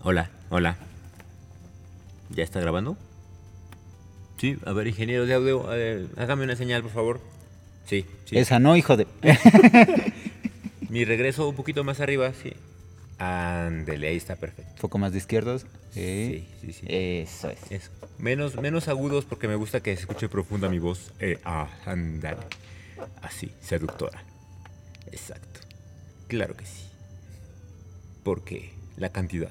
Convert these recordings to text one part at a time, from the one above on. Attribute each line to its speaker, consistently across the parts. Speaker 1: Hola, hola. ¿Ya está grabando? Sí, a ver, ingeniero de audio, eh, hágame una señal, por favor. Sí, sí.
Speaker 2: Esa no, hijo de. eh,
Speaker 1: Mi regreso un poquito más arriba, sí. Ándele, ahí está perfecto.
Speaker 2: Un poco más de izquierdos. Sí.
Speaker 1: Sí, sí, sí.
Speaker 2: Eso es.
Speaker 1: Eso. Menos, menos agudos porque me gusta que se escuche profunda mi voz. Eh, ah, ándale. Así, seductora. Exacto. Claro que sí. Porque la cantidad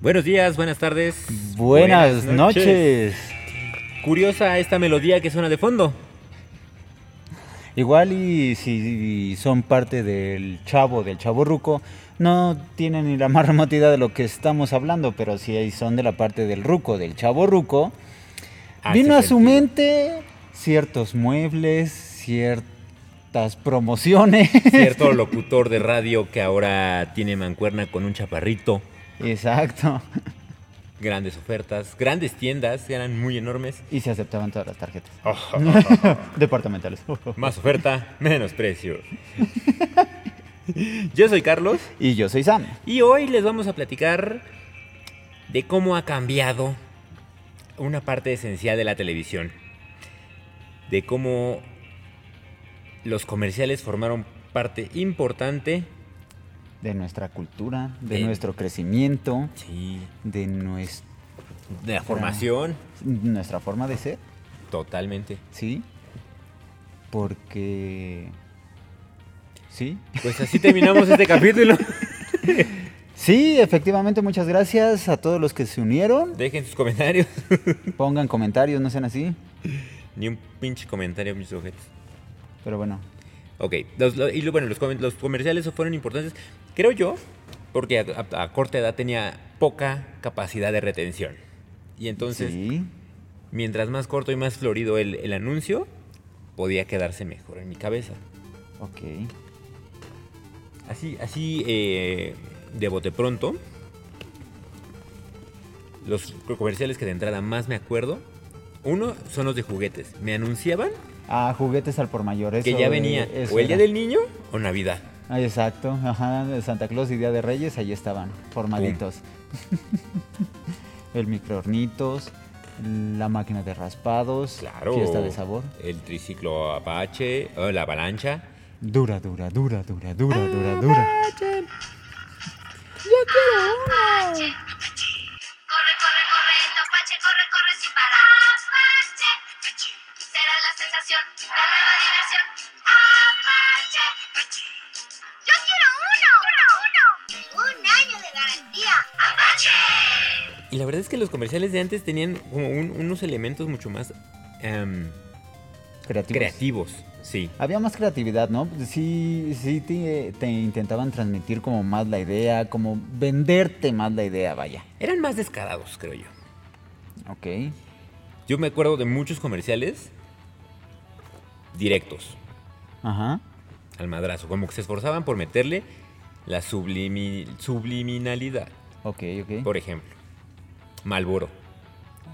Speaker 1: Buenos días, buenas tardes.
Speaker 2: Buenas, noches.
Speaker 1: Curiosa esta melodía que suena de fondo.
Speaker 2: Igual y si son parte del chavo, del chavo ruco, no tienen ni la más remota idea de lo que estamos hablando, pero si son de la parte del ruco, del chavo ruco,
Speaker 1: Hace
Speaker 2: vino a su
Speaker 1: sentido.
Speaker 2: mente ciertos muebles, ciertas promociones.
Speaker 1: Cierto locutor de radio que ahora tiene mancuerna con un chaparrito.
Speaker 2: Exacto.
Speaker 1: Grandes ofertas, grandes tiendas, eran muy enormes.
Speaker 2: Y se aceptaban todas las tarjetas.
Speaker 1: Oh,
Speaker 2: Departamentales.
Speaker 1: Más oferta, menos precio. Yo soy Carlos
Speaker 2: Y yo soy Sam.
Speaker 1: y hoy les vamos a platicar de cómo ha cambiado una parte esencial de la televisión. De cómo los comerciales formaron parte importante.
Speaker 2: De nuestra cultura, de
Speaker 1: Bien.
Speaker 2: nuestro crecimiento,
Speaker 1: Sí.
Speaker 2: de nues-
Speaker 1: De la formación.
Speaker 2: nuestra forma de ser,
Speaker 1: Totalmente.
Speaker 2: ¿sí? Porque... ¿Sí?
Speaker 1: Pues así terminamos este capítulo.
Speaker 2: Sí, efectivamente, muchas gracias a todos los que se unieron.
Speaker 1: Dejen sus comentarios.
Speaker 2: Pongan comentarios, no sean así.
Speaker 1: Ni un pinche comentario, mis ojetes.
Speaker 2: Pero bueno,
Speaker 1: Ok, los- lo- y lo- bueno, los, comen- los comerciales fueron importantes, creo yo, porque a, a- a corta edad tenía poca capacidad de retención. Y entonces,
Speaker 2: sí.
Speaker 1: mientras más corto y más florido el, el anuncio, podía quedarse mejor en mi cabeza.
Speaker 2: Ok.
Speaker 1: Así, así eh, de bote pronto, los comerciales que de entrada más me acuerdo, uno son los de juguetes. Me anunciaban
Speaker 2: Ah, juguetes al por mayor.
Speaker 1: que
Speaker 2: eso,
Speaker 1: ya
Speaker 2: eh,
Speaker 1: venía
Speaker 2: eso
Speaker 1: o el Día
Speaker 2: era.
Speaker 1: del Niño o Navidad.
Speaker 2: Ah, exacto, ajá, de Santa Claus y Día de Reyes, ahí estaban, formaditos. El microornitos, la máquina de raspados,
Speaker 1: Claro.
Speaker 2: fiesta de sabor.
Speaker 1: El triciclo Apache, oh, la avalancha.
Speaker 2: Dura, dura, dura, dura, dura, dura, dura.
Speaker 3: Apache. Corre, corre, corre, Apache, corre, corre sin parar. Apache. Será la sensación, la nueva diversión. Apache. Yo quiero uno, uno, uno. Un año de garantía. Apache.
Speaker 1: Y la verdad es que los comerciales de antes tenían como un- unos elementos mucho más em,
Speaker 2: Creativos.
Speaker 1: creativos. Sí.
Speaker 2: Había más creatividad, ¿no? Sí, sí te, te intentaban transmitir como más la idea, como venderte más la idea, vaya.
Speaker 1: Eran más descarados, creo yo.
Speaker 2: Ok.
Speaker 1: Yo me acuerdo de muchos comerciales directos
Speaker 2: Ajá.
Speaker 1: al madrazo, como que se esforzaban por meterle la sublimi- subliminalidad.
Speaker 2: Ok, ok.
Speaker 1: Por ejemplo, Malboro.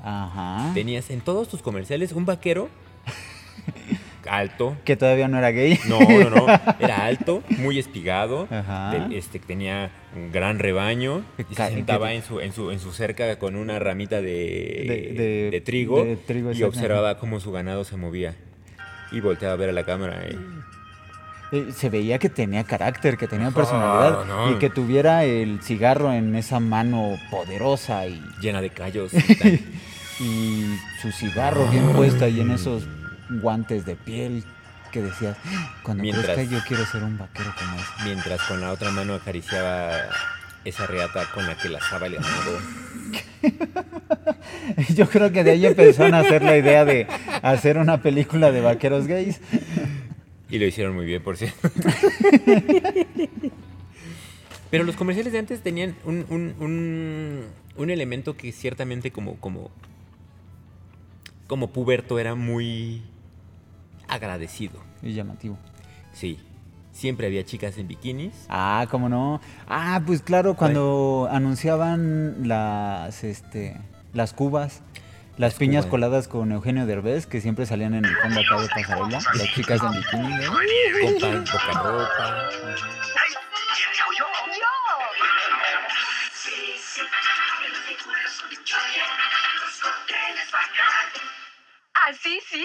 Speaker 2: Ajá.
Speaker 1: Tenías en todos tus comerciales un vaquero alto,
Speaker 2: Que todavía no era gay.
Speaker 1: No, no, no. Era alto, muy espigado.
Speaker 2: Ajá.
Speaker 1: Ten- Este, tenía un gran rebaño. Y se
Speaker 2: Ca-
Speaker 1: sentaba
Speaker 2: que-
Speaker 1: en su, en, su, en su cerca con una ramita de,
Speaker 2: De- de-
Speaker 1: de trigo.
Speaker 2: de trigo,
Speaker 1: y
Speaker 2: exacto.
Speaker 1: observaba cómo su ganado se movía. Y volteaba a ver a la cámara. eh.
Speaker 2: Eh, se veía que tenía carácter, que tenía
Speaker 1: Ah,
Speaker 2: personalidad
Speaker 1: no.
Speaker 2: y que tuviera el cigarro en esa mano poderosa y,
Speaker 1: llena de callos. y tal.
Speaker 2: y su cigarro
Speaker 1: Ah.
Speaker 2: bien puesto ahí en esos guantes de piel que decías, cuando
Speaker 1: Mientras-
Speaker 2: crezca yo quiero ser un vaquero como ese.
Speaker 1: Mientras con la otra mano acariciaba Esa reata con la que la estaba el ganado.
Speaker 2: este". Yo creo que de ahí empezaron a hacer la idea de hacer una película de vaqueros gays.
Speaker 1: Y lo hicieron muy bien, por cierto. Pero los comerciales de antes tenían un, un, un, un elemento que ciertamente como, como, como puberto era muy agradecido.
Speaker 2: Y llamativo.
Speaker 1: Sí, siempre había chicas en bikinis.
Speaker 2: Ah, ¿cómo no? Ah, pues claro, cuando anunciaban las, este, las cubas, las piñas
Speaker 1: cubas.
Speaker 2: coladas con Eugenio Derbez, que siempre salían en el fondo acá de pasarela, las chicas de bikini, ¿eh? ¿no?
Speaker 1: Con pan, poca ropa.
Speaker 3: ¡Ay! ¿Quién dijo yo? ¡Yo! Ah, sí, sí.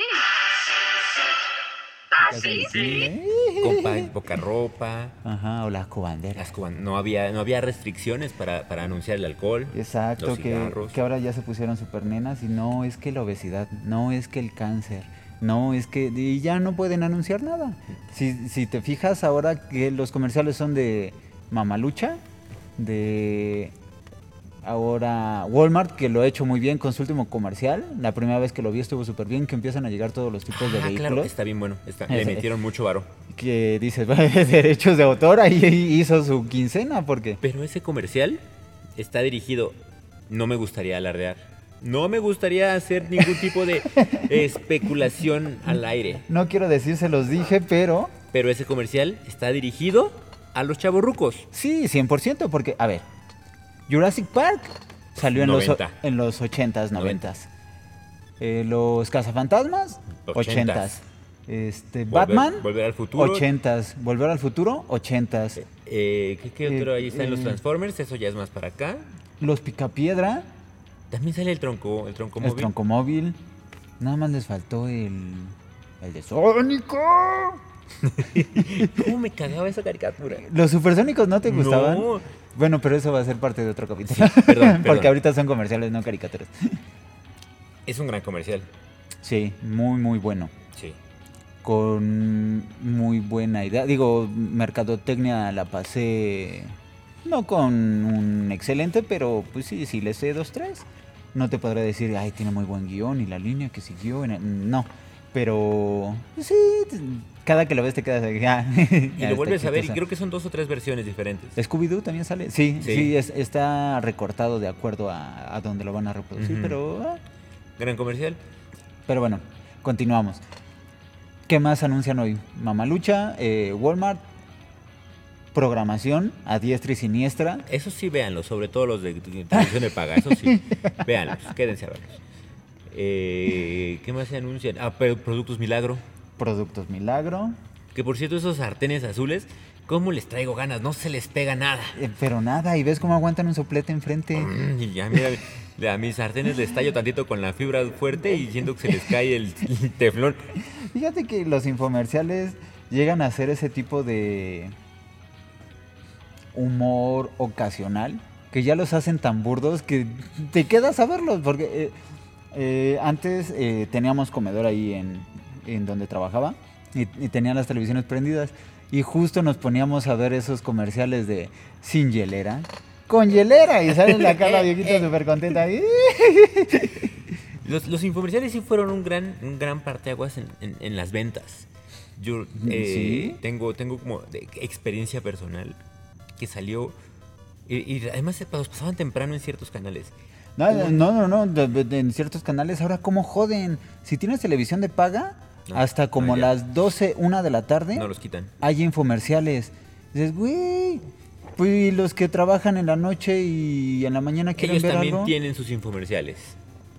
Speaker 3: Ah, sí, sí.
Speaker 1: Con pan, poca ropa.
Speaker 2: ¿eh? Ajá, o las cubanderas.
Speaker 1: Las cuban- no, había, no había restricciones para, para anunciar el alcohol.
Speaker 2: Exacto,
Speaker 1: los
Speaker 2: que,
Speaker 1: cigarros.
Speaker 2: que ahora ya se pusieron super nenas y no es que la obesidad, no es que el cáncer, no es que... Y ya no pueden anunciar nada. Si, si te fijas ahora que los comerciales son de Mamalucha, de ahora Walmart, que lo ha hecho muy bien con su último comercial. La primera vez que lo vi estuvo súper bien, que empiezan a llegar todos los tipos de
Speaker 1: Ah,
Speaker 2: vehículos
Speaker 1: claro, está bien bueno. está- le
Speaker 2: Ese-
Speaker 1: metieron mucho varo.
Speaker 2: que dices, derechos de autor, ahí hizo su quincena porque...
Speaker 1: Pero ese comercial está dirigido. No me gustaría alardear. No me gustaría hacer ningún tipo de especulación al aire.
Speaker 2: No quiero decir se los dije, pero...
Speaker 1: Pero ese comercial está dirigido a los chavorrucos.
Speaker 2: Sí, 100%, porque, a ver, Jurassic Park salió en los
Speaker 1: 90.
Speaker 2: en los 80s, 90s. Eh, los Cazafantasmas,
Speaker 1: 80s.
Speaker 2: 80s. Este,
Speaker 1: Volver-
Speaker 2: Batman,
Speaker 1: Volver al futuro.
Speaker 2: 80s. Volver al futuro, 80s.
Speaker 1: Eh, ¿Qué, qué
Speaker 2: Eh,
Speaker 1: otro ahí están los
Speaker 2: eh.
Speaker 1: Transformers? Eso ya es más para acá.
Speaker 2: Los Picapiedra,
Speaker 1: También sale el tronco, el tronco
Speaker 2: el
Speaker 1: móvil.
Speaker 2: Troncomóvil. Nada más les faltó el. El de Sónico.
Speaker 1: ¿Cómo uh, me cagaba esa caricatura?
Speaker 2: ¿Los supersónicos no te
Speaker 1: No.
Speaker 2: gustaban? Bueno, pero eso va a ser parte de otro capítulo.
Speaker 1: perdón, perdón.
Speaker 2: Porque ahorita son comerciales, no caricaturas.
Speaker 1: Es un gran comercial.
Speaker 2: Sí, muy, muy bueno.
Speaker 1: Sí.
Speaker 2: con muy buena idea. Digo, mercadotecnia la pasé no con un excelente, pero pues sí, sí le sé dos, tres. No te podré decir, ay, tiene muy buen guión y la línea que siguió. en el-". No, pero sí, t- cada que lo ves te quedas ahí. "Ah,
Speaker 1: Y
Speaker 2: ya
Speaker 1: lo
Speaker 2: está
Speaker 1: vuelves a ver y
Speaker 2: chistoso".
Speaker 1: creo que son dos o tres versiones diferentes.
Speaker 2: Scooby-Doo también sale. Sí,
Speaker 1: Sí.
Speaker 2: sí, es- está recortado de acuerdo a, a donde lo van a reproducir,
Speaker 1: Ujú.
Speaker 2: pero ah,
Speaker 1: Gran comercial.
Speaker 2: pero bueno, continuamos. ¿Qué más anuncian hoy? Mamalucha, eh, Walmart, programación a diestra y siniestra.
Speaker 1: Eso sí, véanlos, sobre todo los de de televisión de paga, eso sí. véanlos, quédense a verlos. Eh, ¿Qué más se anuncian? Ah, pero productos milagro.
Speaker 2: Productos Milagro.
Speaker 1: Que por cierto, esos sartenes azules, ¿cómo les traigo ganas? No se les pega nada.
Speaker 2: eh, pero nada, y ves cómo aguantan un soplete enfrente.
Speaker 1: Mm, Y ya, mira, de a mis sartenes les tallo tantito con la fibra fuerte y siento que se les cae el, el teflón.
Speaker 2: Fíjate que los infomerciales llegan a hacer ese tipo de humor ocasional que ya los hacen tan burdos que te quedas a verlos porque eh, eh, antes eh, teníamos comedor ahí en, en donde trabajaba y, y tenían las televisiones prendidas y justo nos poníamos a ver esos comerciales de sin hielera con hielera y sale la cara viejita súper contenta ahí.
Speaker 1: Los, los infomerciales sí fueron un gran, un gran parteaguas en, en- en las ventas. Yo eh,
Speaker 2: ¿Sí?
Speaker 1: tengo, tengo como de experiencia personal que salió. Y, y además se- los pasaban temprano en ciertos canales.
Speaker 2: No, no, no, no, de- de- de- en ciertos canales ahora cómo joden. Si tienes televisión de paga,
Speaker 1: No,
Speaker 2: hasta
Speaker 1: no,
Speaker 2: como
Speaker 1: ya.
Speaker 2: las 12, 1 de la tarde,
Speaker 1: No los quitan.
Speaker 2: hay infomerciales. Dices, güey, pues ¿y los que trabajan en la noche y en la mañana quieren
Speaker 1: Ellos
Speaker 2: ver
Speaker 1: también
Speaker 2: algo.
Speaker 1: tienen sus infomerciales.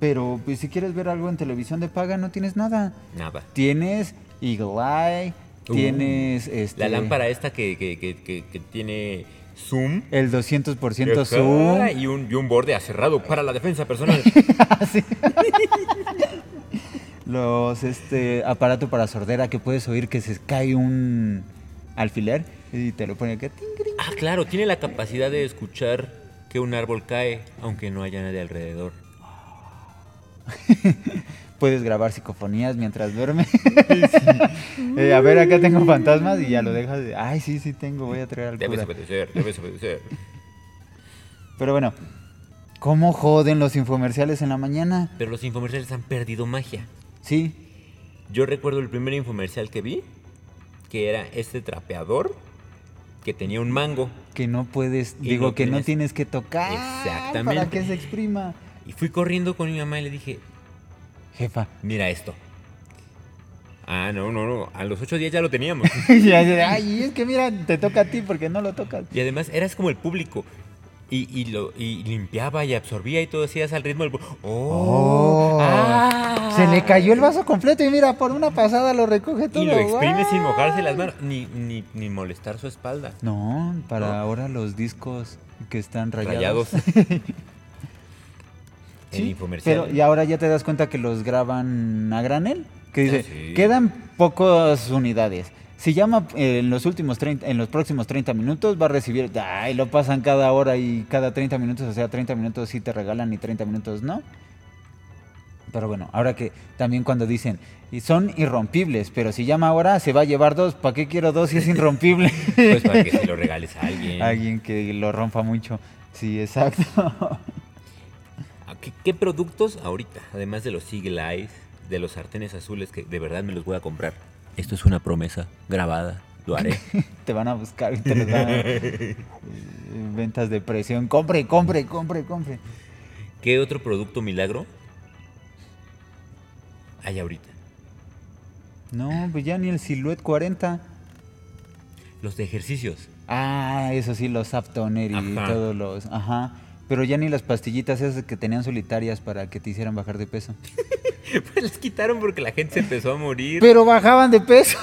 Speaker 2: Pero pues, si quieres ver algo en televisión de paga, no tienes nada.
Speaker 1: Nada.
Speaker 2: Tienes Eagle Eye,
Speaker 1: Uh,
Speaker 2: tienes este,
Speaker 1: La lámpara esta que, que- que- que- que tiene zoom.
Speaker 2: el 200%
Speaker 1: Ajá,
Speaker 2: zoom.
Speaker 1: Y un, y un borde aserrado para la defensa personal.
Speaker 2: Ah, Sí. Los este aparato para sordera que puedes oír que se cae un alfiler y te lo pone acá. ting, cring.
Speaker 1: ah, claro, tiene la capacidad de escuchar que un árbol cae, aunque no haya nadie alrededor.
Speaker 2: Puedes grabar psicofonías mientras duermes. Eh, a ver, acá tengo fantasmas y ya lo dejas. de, Ay, sí, sí tengo, voy a traer al
Speaker 1: Debes
Speaker 2: cura.
Speaker 1: obedecer, debes obedecer.
Speaker 2: Pero bueno, ¿cómo joden los infomerciales en la mañana?
Speaker 1: Pero los infomerciales han perdido magia.
Speaker 2: Sí,
Speaker 1: Yo recuerdo el primer infomercial que vi, que era este trapeador que tenía un mango.
Speaker 2: que no puedes,
Speaker 1: Y
Speaker 2: digo
Speaker 1: no
Speaker 2: que no
Speaker 1: tienes-
Speaker 2: tienes que tocar para
Speaker 1: Exactamente.
Speaker 2: que se exprima.
Speaker 1: Y fui corriendo con mi mamá y le dije,
Speaker 2: Jefa.
Speaker 1: mira esto. Ah, no, no, no. A los ocho días ya lo teníamos.
Speaker 2: Y así de, Ay, es que mira, te toca a ti porque no lo tocas.
Speaker 1: y además eras como el público. Y, y lo, y limpiaba y absorbía y todo hacías al ritmo del... bu- ¡Oh!
Speaker 2: Oh.
Speaker 1: Ah.
Speaker 2: Se le cayó el vaso completo y mira, por una pasada lo recoge todo.
Speaker 1: Y lo exprime sin
Speaker 2: ¡Guau!
Speaker 1: mojarse las manos, ni, ni, ni molestar su espalda.
Speaker 2: No, para
Speaker 1: No.
Speaker 2: ahora los discos que están rayados.
Speaker 1: Rayados. el
Speaker 2: Sí,
Speaker 1: infomercial.
Speaker 2: Pero, y ahora ya te das cuenta que los graban a granel. Que dice,
Speaker 1: Ah, sí.
Speaker 2: quedan pocas unidades. Si llama eh, en los últimos 30, en los próximos 30 minutos, va a recibir. Ay, lo pasan cada hora y cada 30 minutos. O sea, 30 minutos sí te regalan y 30 minutos no. Pero bueno, ahora que también cuando dicen, y son irrompibles, pero si llama ahora se va a llevar dos. ¿Para qué quiero dos si es irrompible?
Speaker 1: Pues para que se lo regales a alguien.
Speaker 2: Alguien que lo rompa mucho. Sí, exacto.
Speaker 1: ¿A Ah, ¿Qué, qué productos ahorita? Además de los Eagle Eyes, de los sartenes azules, que de verdad me los voy a comprar. Esto es una promesa grabada. Lo haré.
Speaker 2: te van a buscar y te los van a- Eh, ventas de presión. Compre, compre, compre, compre.
Speaker 1: ¿Qué otro producto milagro hay ahorita?
Speaker 2: No, pues ya ni el Silhouette 40.
Speaker 1: Los de ejercicios.
Speaker 2: Ah, eso sí, los Aptoner y
Speaker 1: Ajá.
Speaker 2: todos los. Ajá. Pero ya ni las pastillitas esas que tenían solitarias para que te hicieran bajar de peso.
Speaker 1: Pues les quitaron porque la gente se empezó a morir.
Speaker 2: Pero bajaban de peso.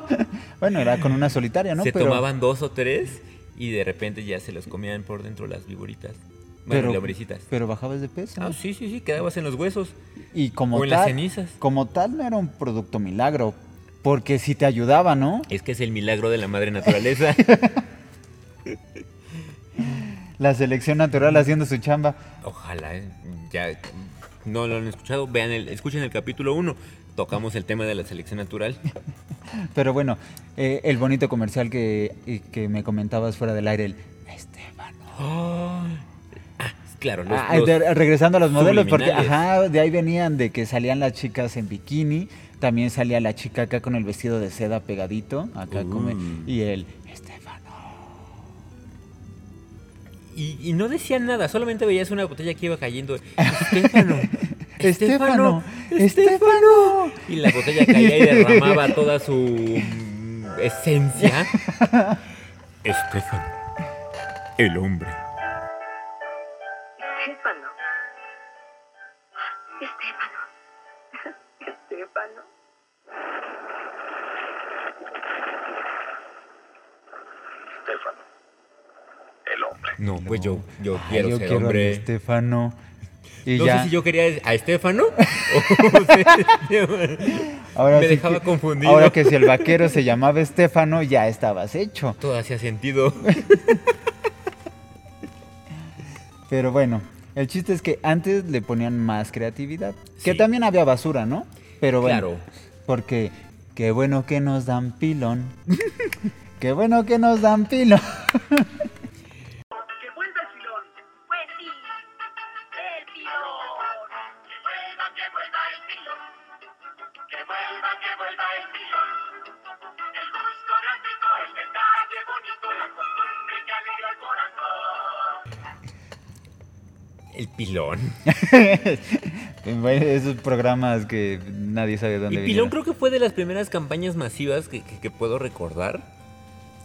Speaker 2: bueno, era con una solitaria, ¿no?
Speaker 1: se
Speaker 2: Pero-
Speaker 1: tomaban dos o tres y de repente ya se los comían por dentro las viboritas. Bueno,
Speaker 2: pero,
Speaker 1: lombricitas.
Speaker 2: pero bajabas de peso.
Speaker 1: Ah, sí, sí, sí, quedabas en los huesos.
Speaker 2: Y como
Speaker 1: O en
Speaker 2: tal,
Speaker 1: las cenizas.
Speaker 2: como tal no era un producto milagro, porque sí te ayudaba, ¿no?
Speaker 1: Es que es el milagro de la madre naturaleza.
Speaker 2: La selección natural haciendo su chamba.
Speaker 1: Ojalá, eh, ya no lo han escuchado, vean el, escuchen el capítulo 1, tocamos el tema de la selección natural.
Speaker 2: Pero bueno, eh, el bonito comercial que, y que me comentabas fuera del aire, el Estefano.
Speaker 1: Ah, claro, los,
Speaker 2: Ah,
Speaker 1: los-
Speaker 2: de- regresando a los modelos, porque
Speaker 1: subliminales.
Speaker 2: ajá, de ahí venían de que salían las chicas en bikini, también salía la chica acá con el vestido de seda pegadito, acá come,
Speaker 1: Mm.
Speaker 2: y el Estefano.
Speaker 1: y, y no decían nada, solamente veías una botella que iba cayendo. Estefano.
Speaker 2: Estefano, Estefano.
Speaker 1: Y la botella caía y derramaba toda su mm, esencia.
Speaker 4: Estefan, el hombre.
Speaker 3: Estefano. Estefano. Estefano.
Speaker 5: Estefano, el hombre.
Speaker 1: No, pues yo, yo
Speaker 2: Ay,
Speaker 1: quiero
Speaker 2: yo
Speaker 1: ser
Speaker 2: quiero al
Speaker 1: hombre.
Speaker 2: Estefano. Y
Speaker 1: no
Speaker 2: ya.
Speaker 1: sé si yo quería a Estefano o
Speaker 2: Ahora
Speaker 1: me
Speaker 2: sí
Speaker 1: dejaba
Speaker 2: que-
Speaker 1: confundido.
Speaker 2: Ahora que si el vaquero se llamaba Estefano, ya estabas hecho.
Speaker 1: todo hacía sentido.
Speaker 2: Pero bueno, el chiste es que antes le ponían más creatividad. Que
Speaker 1: Sí.
Speaker 2: también había basura, ¿no? Pero bueno.
Speaker 1: Claro.
Speaker 2: Porque qué bueno que nos dan pilón. qué bueno que nos dan pilón.
Speaker 3: Que vuelva el filón. Pues sí. El filón. Que vuelva, que vuelva el filón. Que vuelva, que vuelva el filón. El gusto gráfico, el detalle bonito, la costumbre que alegra el
Speaker 1: El
Speaker 3: corazón.
Speaker 1: pilón.
Speaker 2: Bueno, Esos programas que nadie sabe de
Speaker 1: Y
Speaker 2: dónde
Speaker 1: Pilón
Speaker 2: vinieron.
Speaker 1: creo que fue de las primeras campañas masivas que, que- que puedo recordar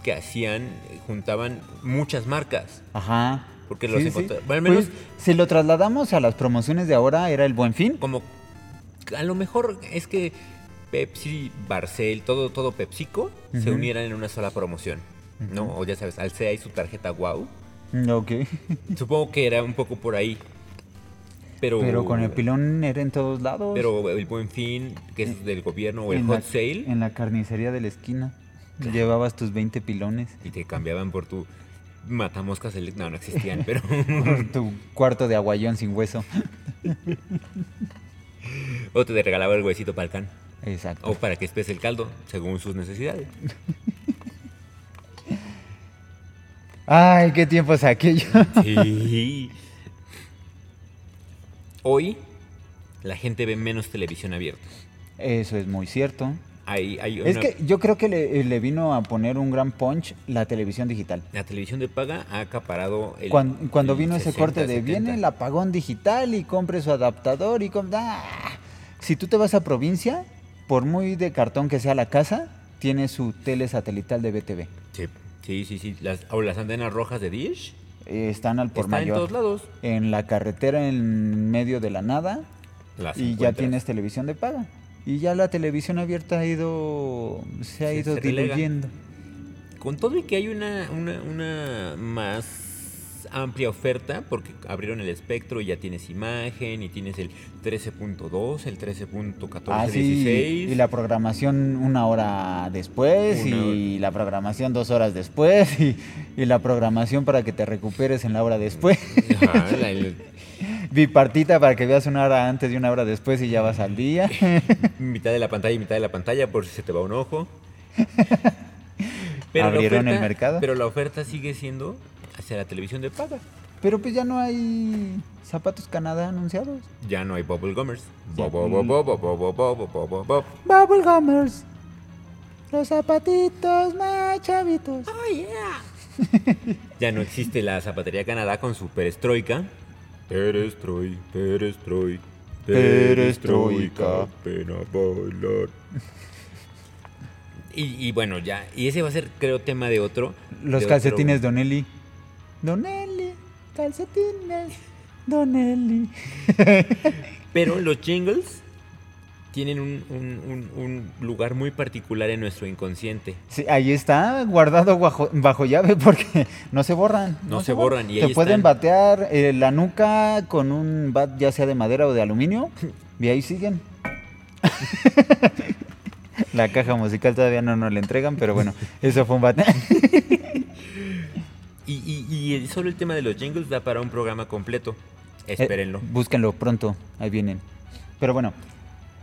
Speaker 1: que hacían, eh, juntaban muchas marcas.
Speaker 2: Ajá. Pues,
Speaker 1: Porque los encontré- bueno, al menos-
Speaker 2: si lo trasladamos a las promociones de ahora, era el buen fin.
Speaker 1: Como a lo mejor es que Pepsi, Barcel, todo, todo PepsiCo se
Speaker 2: Ujú.
Speaker 1: unieran en una sola promoción. ¿No? O ya sabes, Alsea y su tarjeta wow.
Speaker 2: Ok.
Speaker 1: Supongo que era un poco por ahí. Pero,
Speaker 2: Pero con el pilón era en todos lados.
Speaker 1: Pero el buen fin, que es del gobierno, o el
Speaker 2: Eh, en
Speaker 1: hot
Speaker 2: la,
Speaker 1: sale,
Speaker 2: En la carnicería de la esquina. Llevabas tus 20 pilones.
Speaker 1: y te cambiaban por tu matamoscas. elec- No, no existían, pero.
Speaker 2: Por tu cuarto de aguayón sin hueso.
Speaker 1: O te regalaba el huesito para el can.
Speaker 2: Exacto.
Speaker 1: O para que espese el caldo, según sus necesidades.
Speaker 2: Ay, qué tiempos aquellos.
Speaker 1: Sí. Hoy la gente ve menos televisión abierta.
Speaker 2: Eso es muy cierto.
Speaker 1: Hay, hay
Speaker 2: Es
Speaker 1: una-
Speaker 2: que yo creo que le, le vino a poner un gran punch la televisión digital. Cuan-
Speaker 1: la televisión de paga ha acaparado el
Speaker 2: Cuando,
Speaker 1: el
Speaker 2: vino ese
Speaker 1: 60,
Speaker 2: corte de viene
Speaker 1: 70.
Speaker 2: el apagón digital y compre su adaptador y com- ¡Ah! Si tú te vas a provincia, por muy de cartón que sea la casa, tiene su tele satelital de BTV.
Speaker 1: Sí, sí, sí. sí. Las, o las antenas rojas de Dish.
Speaker 2: Eh, Están al por
Speaker 1: Está en
Speaker 2: mayor.
Speaker 1: todos lados.
Speaker 2: En la carretera, en medio de la nada.
Speaker 1: Las
Speaker 2: y ya
Speaker 1: encuentras.
Speaker 2: tienes televisión de paga. Y ya la televisión abierta ha ido. se ha
Speaker 1: Se-
Speaker 2: ido
Speaker 1: se relega.
Speaker 2: diluyendo.
Speaker 1: Con todo y que hay una, una, una más amplia oferta, porque abrieron el espectro y ya tienes imagen y tienes el 13.2, el 13.14,
Speaker 2: Ah, sí,
Speaker 1: 16.
Speaker 2: Y la programación una hora después,
Speaker 1: Una
Speaker 2: y la programación dos horas después, y, y la programación para que te recuperes en la hora después.
Speaker 1: Ajá, la- el-
Speaker 2: Bipartita para que veas una hora antes y una hora después y ya vas al día.
Speaker 1: mitad de la pantalla y mitad de la pantalla por si se te va un ojo. la
Speaker 2: Abrieron el mercado.
Speaker 1: Pero la oferta sigue siendo hacia la televisión de paga.
Speaker 2: Pero pues ya no hay zapatos Canadá anunciados.
Speaker 1: Ya no hay Bubble Gummers.
Speaker 2: Ya.
Speaker 1: Bo, bo, bo, bo, bo, bo, bo, bo, bo, bo, bo.
Speaker 2: Bubblegummers. Los zapatitos más chavitos.
Speaker 1: Ya no existe la Zapatería Canadá con su perestroika. Perestroy, perestroy,
Speaker 2: Perestroika.
Speaker 1: ven a bailar. Y, y bueno, ya. Y ese va a ser, creo, tema de otro. de
Speaker 2: Los
Speaker 1: otro-
Speaker 2: calcetines Donelli. Donelli, calcetines Donelli.
Speaker 1: Pero los jingles tienen un, un- un- un lugar muy particular en nuestro inconsciente.
Speaker 2: Sí, ahí está guardado bajo, bajo llave porque no se borran.
Speaker 1: No se borran, y
Speaker 2: Te
Speaker 1: ahí
Speaker 2: pueden
Speaker 1: están.
Speaker 2: batear eh, la nuca con un bat ya sea de madera o de aluminio y ahí siguen. la caja musical todavía no nos la entregan, pero bueno, eso fue un bate.
Speaker 1: Y, y- y el- solo el tema de los jingles da para un programa completo. Espérenlo.
Speaker 2: Eh, búsquenlo pronto, ahí vienen. Pero bueno,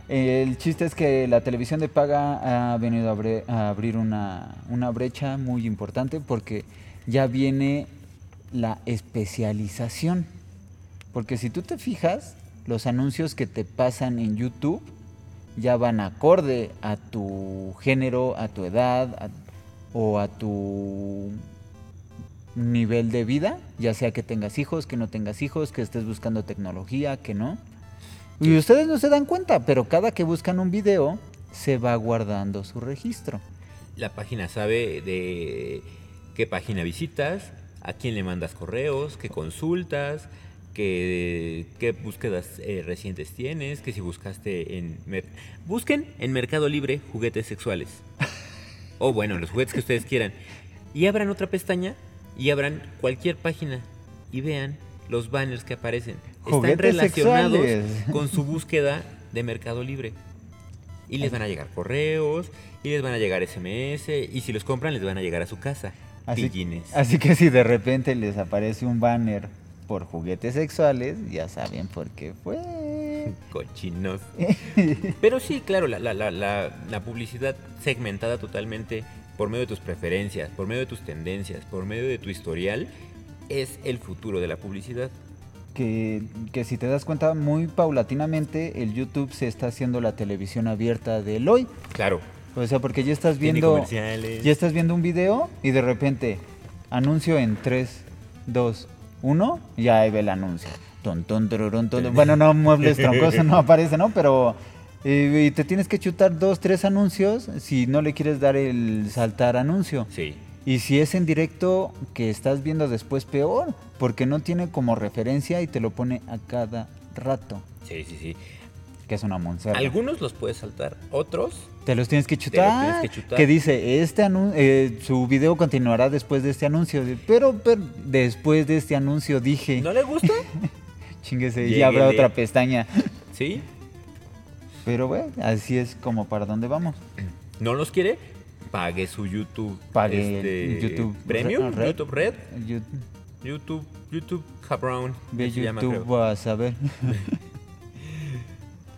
Speaker 2: el chiste es que la televisión de paga ha venido a, abre- a abrir una, una brecha muy importante porque ya viene la especialización. Porque si tú te fijas, los anuncios que te pasan en YouTube ya van acorde a tu género, a tu edad a- o a tu nivel de vida, ya sea que tengas hijos, que no tengas hijos, que estés buscando tecnología, que no. Y ustedes no se dan cuenta, pero cada que buscan un video, se va guardando su registro.
Speaker 1: La página sabe de qué página visitas, a quién le mandas correos, qué consultas, qué, qué búsquedas eh, recientes tienes, que si buscaste en... mer- Busquen en Mercado Libre juguetes sexuales. o bueno, los juguetes que ustedes quieran. Y abran otra pestaña y abran cualquier página y vean los banners que aparecen.
Speaker 2: Juguetes
Speaker 1: Están relacionados
Speaker 2: sexuales.
Speaker 1: con su búsqueda de Mercado Libre. Y les van a llegar correos, y les van a llegar SMS, y si los compran les van a llegar a su casa.
Speaker 2: Así,
Speaker 1: Pillines.
Speaker 2: así que si de repente les aparece un banner por juguetes sexuales, ya saben por qué fue.
Speaker 1: Cochinos. Pero sí, claro, la, la- la- la- la publicidad segmentada totalmente por medio de tus preferencias, por medio de tus tendencias, por medio de tu historial, es el futuro de la publicidad.
Speaker 2: Que, que si te das cuenta, muy paulatinamente el YouTube se está haciendo la televisión abierta del hoy.
Speaker 1: Claro.
Speaker 2: O sea, porque ya estás
Speaker 1: Tiene
Speaker 2: viendo.
Speaker 1: comerciales.
Speaker 2: Ya estás viendo un video y de repente anuncio en 3, 2, 1 y ahí ve el anuncio. Ton, ton, tororón, ton, ton. Bueno, no muebles troncosos no aparece, ¿no? Pero eh, y te tienes que chutar dos, tres anuncios si no le quieres dar el saltar anuncio.
Speaker 1: Sí.
Speaker 2: Y si es en directo que estás viendo después peor, porque no tiene como referencia y te lo pone a cada rato,
Speaker 1: Sí, sí, sí.
Speaker 2: que es una monserga.
Speaker 1: Algunos los puedes saltar, otros
Speaker 2: Te los tienes que
Speaker 1: Te los
Speaker 2: chutar.
Speaker 1: tienes
Speaker 2: que
Speaker 1: que chutar.
Speaker 2: dice, este anun- eh, su video continuará después de este anuncio. Pero, pero después de este anuncio dije,
Speaker 1: no les gusta.
Speaker 2: chinguese, y habrá
Speaker 1: Lléguele.
Speaker 2: otra pestaña.
Speaker 1: Sí.
Speaker 2: Pero bueno, así es como para dónde vamos.
Speaker 1: No los quiere. Pague su YouTube.
Speaker 2: Pague el
Speaker 1: este,
Speaker 2: YouTube
Speaker 1: Premium,
Speaker 2: Red- Red.
Speaker 1: YouTube Red.
Speaker 2: Yo,
Speaker 1: YouTube, YouTube Cabrown.
Speaker 2: ve
Speaker 1: se llama,
Speaker 2: YouTube
Speaker 1: Este creo.
Speaker 2: a saber.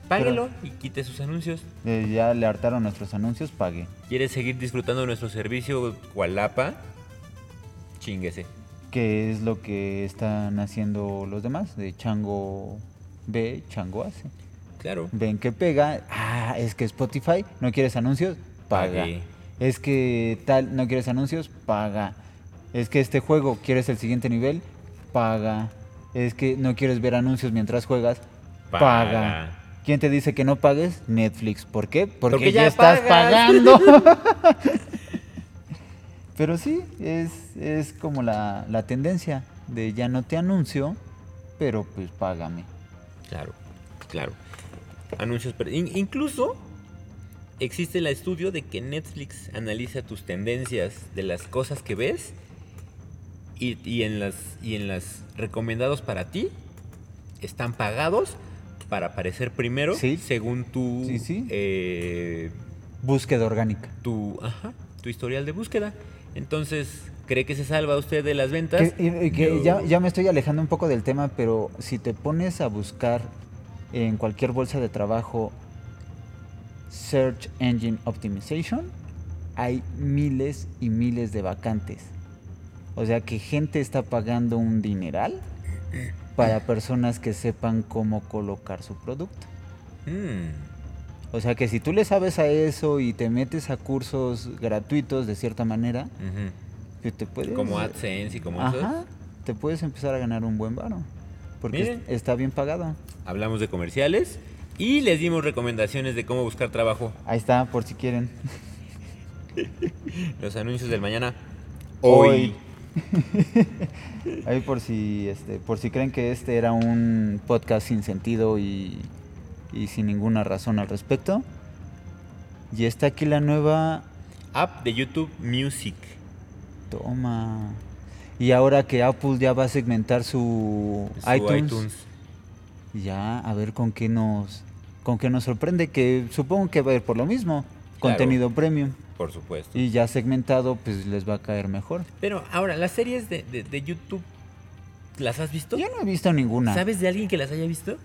Speaker 1: Páguelo y quite sus anuncios.
Speaker 2: Eh, ya le hartaron nuestros anuncios, pague.
Speaker 1: ¿Quieres seguir disfrutando de nuestro servicio Gualapa? Chinguese.
Speaker 2: que es lo que están haciendo los demás, de chango ve, chango hace.
Speaker 1: Claro.
Speaker 2: Ven que pega, ah, es que Spotify, no quieres anuncios, paga.
Speaker 1: Pague.
Speaker 2: Es que tal, no quieres anuncios, paga. Es que este juego, quieres el siguiente nivel, paga. Es que no quieres ver anuncios mientras juegas, paga.
Speaker 1: Paga.
Speaker 2: ¿Quién te dice que no pagues? Netflix. ¿Por qué? Porque,
Speaker 1: Porque
Speaker 2: ya,
Speaker 1: ya
Speaker 2: estás
Speaker 1: pagas.
Speaker 2: pagando. Pero sí, es, es como la, la tendencia de ya no te anuncio, pero pues págame.
Speaker 1: Claro, claro. Anuncios. per- in- incluso existe el estudio de que Netflix analiza tus tendencias de las cosas que ves y, y en las y en las recomendados para ti están pagados para aparecer primero
Speaker 2: Sí.
Speaker 1: según tu
Speaker 2: Sí, sí.
Speaker 1: eh,
Speaker 2: Búsqueda orgánica.
Speaker 1: tu ajá, tu historial de búsqueda. Entonces, ¿cree que se salva usted de las ventas?
Speaker 2: Que- y- y que ya,
Speaker 1: Yo-
Speaker 2: ya me estoy alejando un poco del tema, pero si te pones a buscar en cualquier bolsa de trabajo Search Engine Optimization, hay miles y miles de vacantes. O sea que gente está pagando un dineral para personas que sepan cómo colocar su producto.
Speaker 1: Mm.
Speaker 2: O sea que si tú le sabes a eso y te metes a cursos gratuitos de cierta manera,
Speaker 1: Ujú.
Speaker 2: que te puedes...
Speaker 1: Como AdSense y como
Speaker 2: Ajá,
Speaker 1: esas.
Speaker 2: te puedes empezar a ganar un buen varo. Porque
Speaker 1: Miren.
Speaker 2: es- está bien pagado.
Speaker 1: Hablamos de comerciales y les dimos recomendaciones de cómo buscar trabajo.
Speaker 2: Ahí está, por si quieren.
Speaker 1: Los anuncios del mañana.
Speaker 2: Hoy. Ahí por si este, por si creen que este era un podcast sin sentido y, y sin ninguna razón al respecto. Y está aquí la nueva
Speaker 1: App de YouTube Music.
Speaker 2: toma. Y ahora que Apple ya va a segmentar su,
Speaker 1: Su
Speaker 2: Ya, a ver con qué nos con qué nos sorprende, que supongo que va a ir por lo mismo,
Speaker 1: Claro.
Speaker 2: contenido premium
Speaker 1: Por supuesto.
Speaker 2: y ya segmentado, pues les va a caer mejor.
Speaker 1: Pero ahora, las series de, de- de YouTube, ¿las has visto?
Speaker 2: Yo no he visto ninguna.
Speaker 1: ¿Sabes de alguien que las haya visto?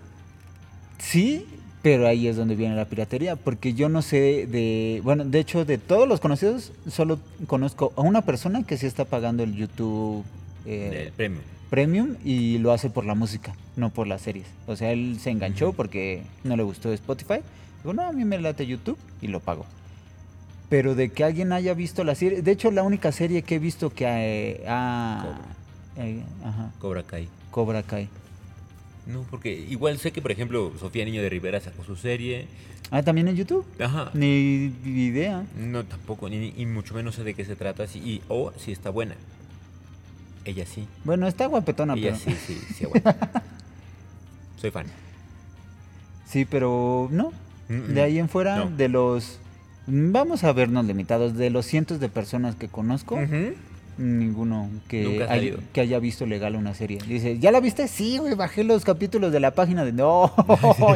Speaker 2: Sí, pero ahí es donde viene la piratería, porque yo no sé de, bueno, de hecho de todos los conocidos solo conozco a una persona que sí está pagando el YouTube
Speaker 1: Del
Speaker 2: eh,
Speaker 1: premio.
Speaker 2: Premium y lo hace por la música, no por las series. O sea, él se enganchó porque no le gustó Spotify. Digo, no, a mí me late YouTube y lo pago. Pero de que alguien haya visto la serie, de hecho la única serie que he visto que eh, ha... eh, ajá,
Speaker 1: Cobra Kai.
Speaker 2: Cobra Kai.
Speaker 1: No, porque igual sé que, por ejemplo, Sofía Niño de Rivera sacó su serie.
Speaker 2: Ah, también en YouTube.
Speaker 1: Ajá.
Speaker 2: Ni idea.
Speaker 1: No, tampoco, ni, y mucho menos sé de qué se trata, si, y, o si está buena. Ella sí.
Speaker 2: Bueno, está guapetona,
Speaker 1: Ella
Speaker 2: pero...
Speaker 1: sí, sí, sí aguanta. Soy fan.
Speaker 2: Sí, pero no.
Speaker 1: Mm,
Speaker 2: De ahí en fuera,
Speaker 1: no.
Speaker 2: de los... Vamos a vernos limitados. De los cientos de personas que conozco, ninguno que,
Speaker 1: Nunca ha
Speaker 2: hay-
Speaker 1: salido.
Speaker 2: que haya visto legal una serie. Dice, ¿ya la viste? Sí, güey, bajé los capítulos de la página de... No.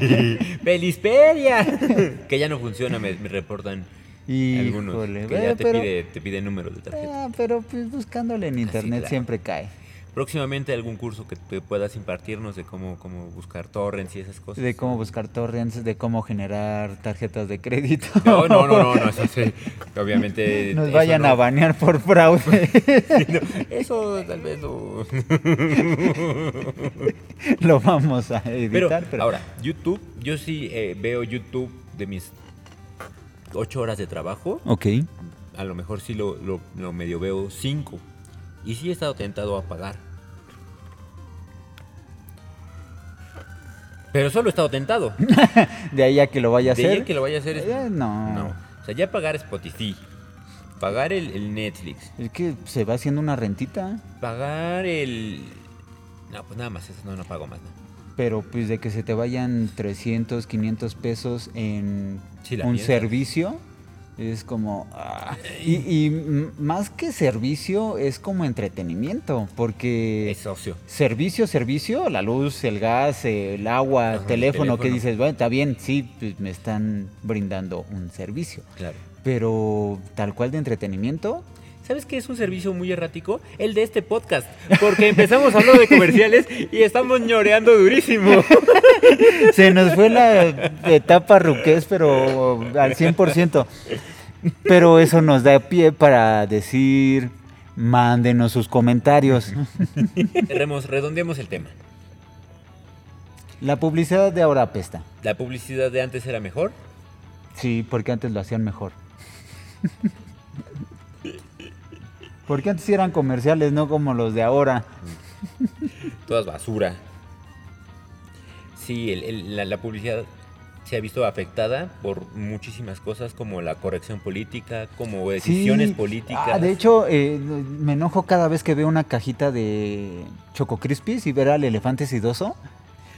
Speaker 1: ¡Felispedia! que ya no funciona, me, me reportan algunos.
Speaker 2: Híjole,
Speaker 1: que
Speaker 2: eh,
Speaker 1: ya te,
Speaker 2: pero-
Speaker 1: pide, te pide número de tarjeta.
Speaker 2: Ah, pero pues buscándole en internet
Speaker 1: claro.
Speaker 2: siempre cae.
Speaker 1: Próximamente algún curso que te puedas impartirnos de cómo, cómo buscar torrents y esas cosas.
Speaker 2: De cómo buscar torrents, de cómo generar tarjetas de crédito.
Speaker 1: No, no, no, no, no, eso sí, Obviamente.
Speaker 2: Nos
Speaker 1: eso
Speaker 2: vayan
Speaker 1: no.
Speaker 2: a banear por fraude.
Speaker 1: No, eso tal vez no.
Speaker 2: Lo vamos a
Speaker 1: Pero,
Speaker 2: editar, pero...
Speaker 1: ahora, YouTube, yo sí eh, veo YouTube de mis ocho horas de trabajo.
Speaker 2: Ok.
Speaker 1: A lo mejor sí lo, lo- lo medio veo cinco. Y sí he estado tentado a pagar. Pero solo he estado tentado.
Speaker 2: De ahí a que lo vaya a
Speaker 1: De ahí
Speaker 2: hacer.
Speaker 1: a que lo vaya a hacer es-
Speaker 2: Eh, no.
Speaker 1: O sea, ya pagar Spotify. Pagar el, el Netflix.
Speaker 2: Es que se va haciendo una rentita,
Speaker 1: Pagar el... No, pues nada más, eso no, no pago más. no.
Speaker 2: pero pues de que se te vayan 300, 500 pesos en
Speaker 1: Sí, la
Speaker 2: un
Speaker 1: piensas.
Speaker 2: servicio, es como... ah. Y, y m- más que servicio, es como entretenimiento, porque...
Speaker 1: Es socio.
Speaker 2: Servicio, servicio, la luz, el gas, el agua,
Speaker 1: Ajá, el
Speaker 2: teléfono, que
Speaker 1: teléfono.
Speaker 2: dices, bueno, está bien, sí, pues me están brindando un servicio.
Speaker 1: Claro.
Speaker 2: Pero tal cual de entretenimiento,
Speaker 1: ¿Sabes qué es un servicio muy errático? El de este podcast. Porque empezamos hablando de comerciales y estamos ñoreando durísimo.
Speaker 2: Se nos fue la etapa ruqués, pero al 100%. Pero eso nos da pie para decir Mándenos sus comentarios.
Speaker 1: Remos, redondeemos el tema.
Speaker 2: La publicidad de ahora apesta.
Speaker 1: ¿La publicidad de antes era mejor?
Speaker 2: Sí, porque antes lo hacían mejor. Porque antes eran comerciales, no como los de ahora.
Speaker 1: Toda es basura. Sí, el- el- la, la publicidad se ha visto afectada por muchísimas cosas como la corrección política, como decisiones
Speaker 2: Sí.
Speaker 1: políticas.
Speaker 2: Ah, de hecho, eh, me enojo cada vez que veo una cajita de Choco Crispies y ver al elefante sidoso.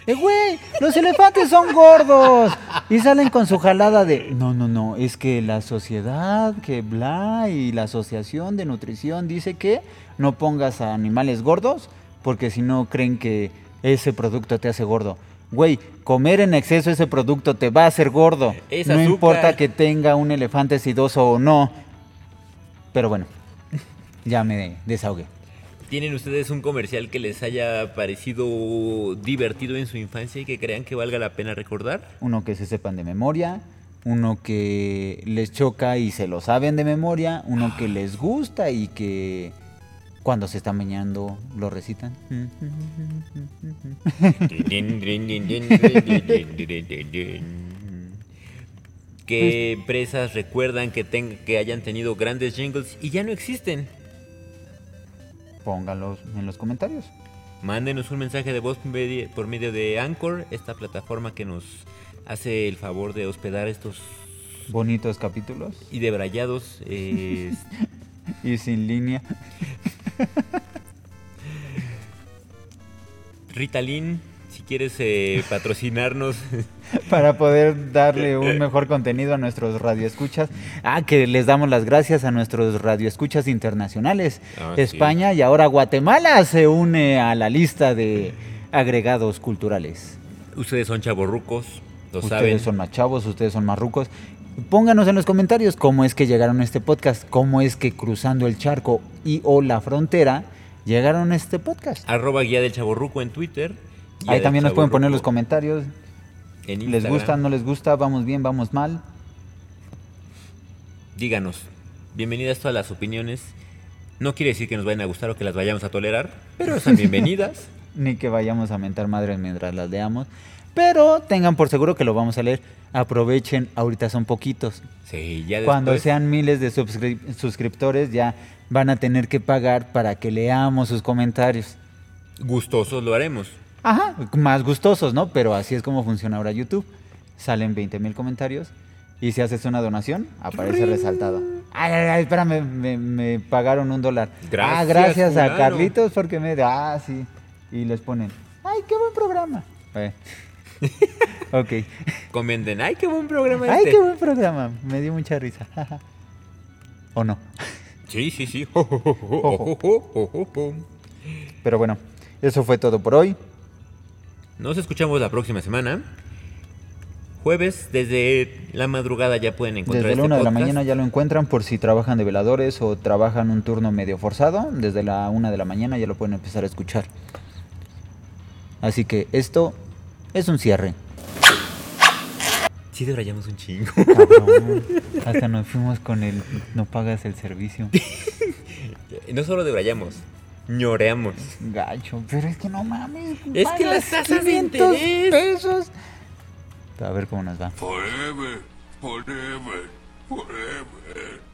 Speaker 2: ¡Eh, güey! ¡Los elefantes son gordos! Y salen con su jalada de. No, no, no, es que la sociedad, que bla, y la asociación de nutrición dice que no pongas a animales gordos porque si no creen que ese producto te hace gordo. Güey, comer en exceso ese producto te va a hacer gordo.
Speaker 1: Es
Speaker 2: no
Speaker 1: azúcar.
Speaker 2: importa que tenga un elefante sidoso o no. Pero bueno, ya me desahogué.
Speaker 1: ¿Tienen ustedes un comercial que les haya parecido divertido en su infancia y que crean que valga la pena recordar?
Speaker 2: Uno que se sepan de memoria, uno que les choca y se lo saben de memoria, uno que les gusta y que cuando se están bañando lo recitan.
Speaker 1: ¿Qué
Speaker 2: Pues
Speaker 1: empresas recuerdan que, ten- que hayan tenido grandes jingles y ya no existen?
Speaker 2: Pónganlos en los comentarios.
Speaker 1: Mándenos un mensaje de voz medi- por medio de Anchor, esta plataforma que nos hace el favor de hospedar estos
Speaker 2: Bonitos capítulos
Speaker 1: y debrayados. eh,
Speaker 2: y sin línea.
Speaker 1: Ritalin, si quieres eh, patrocinarnos.
Speaker 2: para poder darle un mejor contenido a nuestros radioescuchas. Ah, que les damos las gracias a nuestros radioescuchas internacionales.
Speaker 1: Ah, sí.
Speaker 2: España y ahora Guatemala se une a la lista de agregados culturales.
Speaker 1: Ustedes son chavorrucos, lo
Speaker 2: ustedes
Speaker 1: saben.
Speaker 2: son más chavos, ustedes son más rucos. Pónganos en los comentarios cómo es que llegaron a este podcast, cómo es que cruzando el charco y o la frontera llegaron a este podcast.
Speaker 1: Arroba guía del chavorruco en Twitter. Guía
Speaker 2: Ahí
Speaker 1: del
Speaker 2: también nos pueden poner los
Speaker 1: Chavorruco
Speaker 2: comentarios.
Speaker 1: en
Speaker 2: ¿Les
Speaker 1: Instagram.
Speaker 2: gusta, no les gusta? ¿Vamos bien, vamos mal?
Speaker 1: Díganos. Bienvenidas todas las opiniones. No quiere decir que nos vayan a gustar o que las vayamos a tolerar, pero están bienvenidas.
Speaker 2: ni que vayamos a mentar madres mientras las leamos. Pero tengan por seguro que lo vamos a leer. Aprovechen, ahorita son poquitos.
Speaker 1: Sí, ya después.
Speaker 2: Cuando sean miles de subscri- suscriptores ya van a tener que pagar para que leamos sus comentarios.
Speaker 1: Gustosos lo haremos.
Speaker 2: Ajá, más gustosos, ¿no? Pero así es como funciona ahora YouTube. Salen 20 mil comentarios y si haces una donación, aparece resaltado. Ay, ay, ay, espérame, me, me pagaron un dólar. ah,
Speaker 1: Gracias,
Speaker 2: gracias
Speaker 1: fulano.
Speaker 2: a Carlitos porque me da, ah, sí. Y les ponen, ay, qué buen programa. Eh. ok.
Speaker 1: Comenten. ¡Ay, qué buen programa
Speaker 2: Ay,
Speaker 1: este!
Speaker 2: qué buen programa. Me dio mucha risa. o no.
Speaker 1: Sí, sí, sí. Jo, jo, jo, jo, jo, jo, jo, jo.
Speaker 2: Pero bueno, eso fue todo por hoy.
Speaker 1: Nos escuchamos la próxima semana. Jueves, desde la madrugada ya pueden encontrar
Speaker 2: Desde la
Speaker 1: este
Speaker 2: una de la
Speaker 1: podcast.
Speaker 2: mañana ya lo encuentran por si trabajan de veladores o trabajan un turno medio forzado. Desde la una de la mañana ya lo pueden empezar a escuchar. Así que esto es un cierre.
Speaker 1: Sí, debrayamos un chingo.
Speaker 2: Cabrón. Hasta nos fuimos con el no pagas el servicio.
Speaker 1: No solo debrayamos, ñoreamos.
Speaker 2: Gacho, pero es que no mames.
Speaker 1: Es que las
Speaker 2: pagas
Speaker 1: tasas de
Speaker 2: 500
Speaker 1: interés.
Speaker 2: pesos. A ver cómo nos va.
Speaker 6: Forever, forever, forever.